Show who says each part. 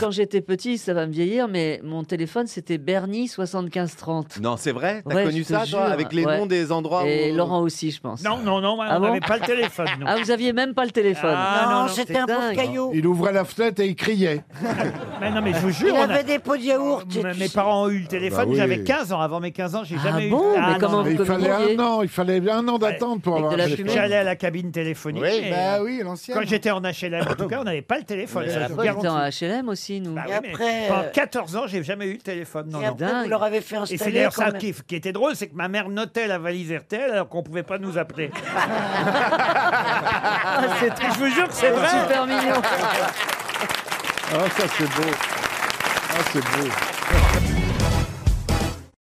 Speaker 1: quand j'étais petit, ça va me vieillir, mais mon téléphone, c'était Bernie 7530.
Speaker 2: Non, c'est vrai T'as
Speaker 1: Ouais,
Speaker 2: connu
Speaker 1: je te
Speaker 2: ça, toi
Speaker 1: jure,
Speaker 2: Avec les
Speaker 1: ouais.
Speaker 2: noms des endroits
Speaker 1: Et
Speaker 2: où...
Speaker 1: Laurent aussi, je pense.
Speaker 3: Non, non, non,
Speaker 1: Ah
Speaker 3: on
Speaker 1: bon
Speaker 3: n'avait pas le téléphone. nous.
Speaker 1: Ah, vous aviez même pas le téléphone
Speaker 3: Ah, non, non,
Speaker 4: c'était un
Speaker 1: c'est
Speaker 4: pauvre
Speaker 1: dingue.
Speaker 4: caillou.
Speaker 5: Il ouvrait la fenêtre et il criait.
Speaker 3: Mais non, mais je vous jure,
Speaker 4: Il
Speaker 3: on a-
Speaker 4: avait des pots de yaourt. tu-
Speaker 3: mes parents ont eu le téléphone,
Speaker 6: Ah
Speaker 5: Bah oui.
Speaker 3: j'avais 15 ans. Avant mes 15 ans, j'ai
Speaker 1: Ah
Speaker 3: jamais
Speaker 1: bon
Speaker 3: eu.
Speaker 1: Mais
Speaker 3: non,
Speaker 1: comment-
Speaker 3: non.
Speaker 5: Mais il
Speaker 1: Comme
Speaker 5: fallait
Speaker 1: Bourrier.
Speaker 5: un an, il fallait un an d'attente pour
Speaker 1: Avec
Speaker 5: avoir
Speaker 1: de la
Speaker 5: le
Speaker 1: fumée.
Speaker 5: téléphone.
Speaker 3: J'allais à la cabine téléphonique.
Speaker 6: Oui,
Speaker 3: et,
Speaker 6: bah
Speaker 3: euh,
Speaker 6: oui, l'ancienne.
Speaker 3: Quand j'étais en HLM, en tout cas, on n'avait pas le téléphone. ça, je vous
Speaker 1: On était en
Speaker 3: garantis.
Speaker 1: HLM H&M aussi, nous.
Speaker 3: Bah
Speaker 4: Et
Speaker 3: oui, mais
Speaker 4: après,
Speaker 3: pendant
Speaker 4: euh,
Speaker 3: 14 ans, j'ai jamais eu le téléphone. Non,
Speaker 4: Et
Speaker 3: non.
Speaker 4: après,
Speaker 1: Dingue.
Speaker 4: vous leur avez fait
Speaker 3: Et c'est
Speaker 4: installer.
Speaker 3: d'ailleurs
Speaker 4: quand
Speaker 3: ça
Speaker 4: même.
Speaker 3: qui, qui était drôle, c'est que ma mère notait la valise RTL alors qu'on pouvait pas nous appeler.
Speaker 1: Ah, c'est
Speaker 3: Je vous jure que c'est vrai.
Speaker 1: super mignon.
Speaker 5: Ah, ça c'est beau. Ah, c'est beau.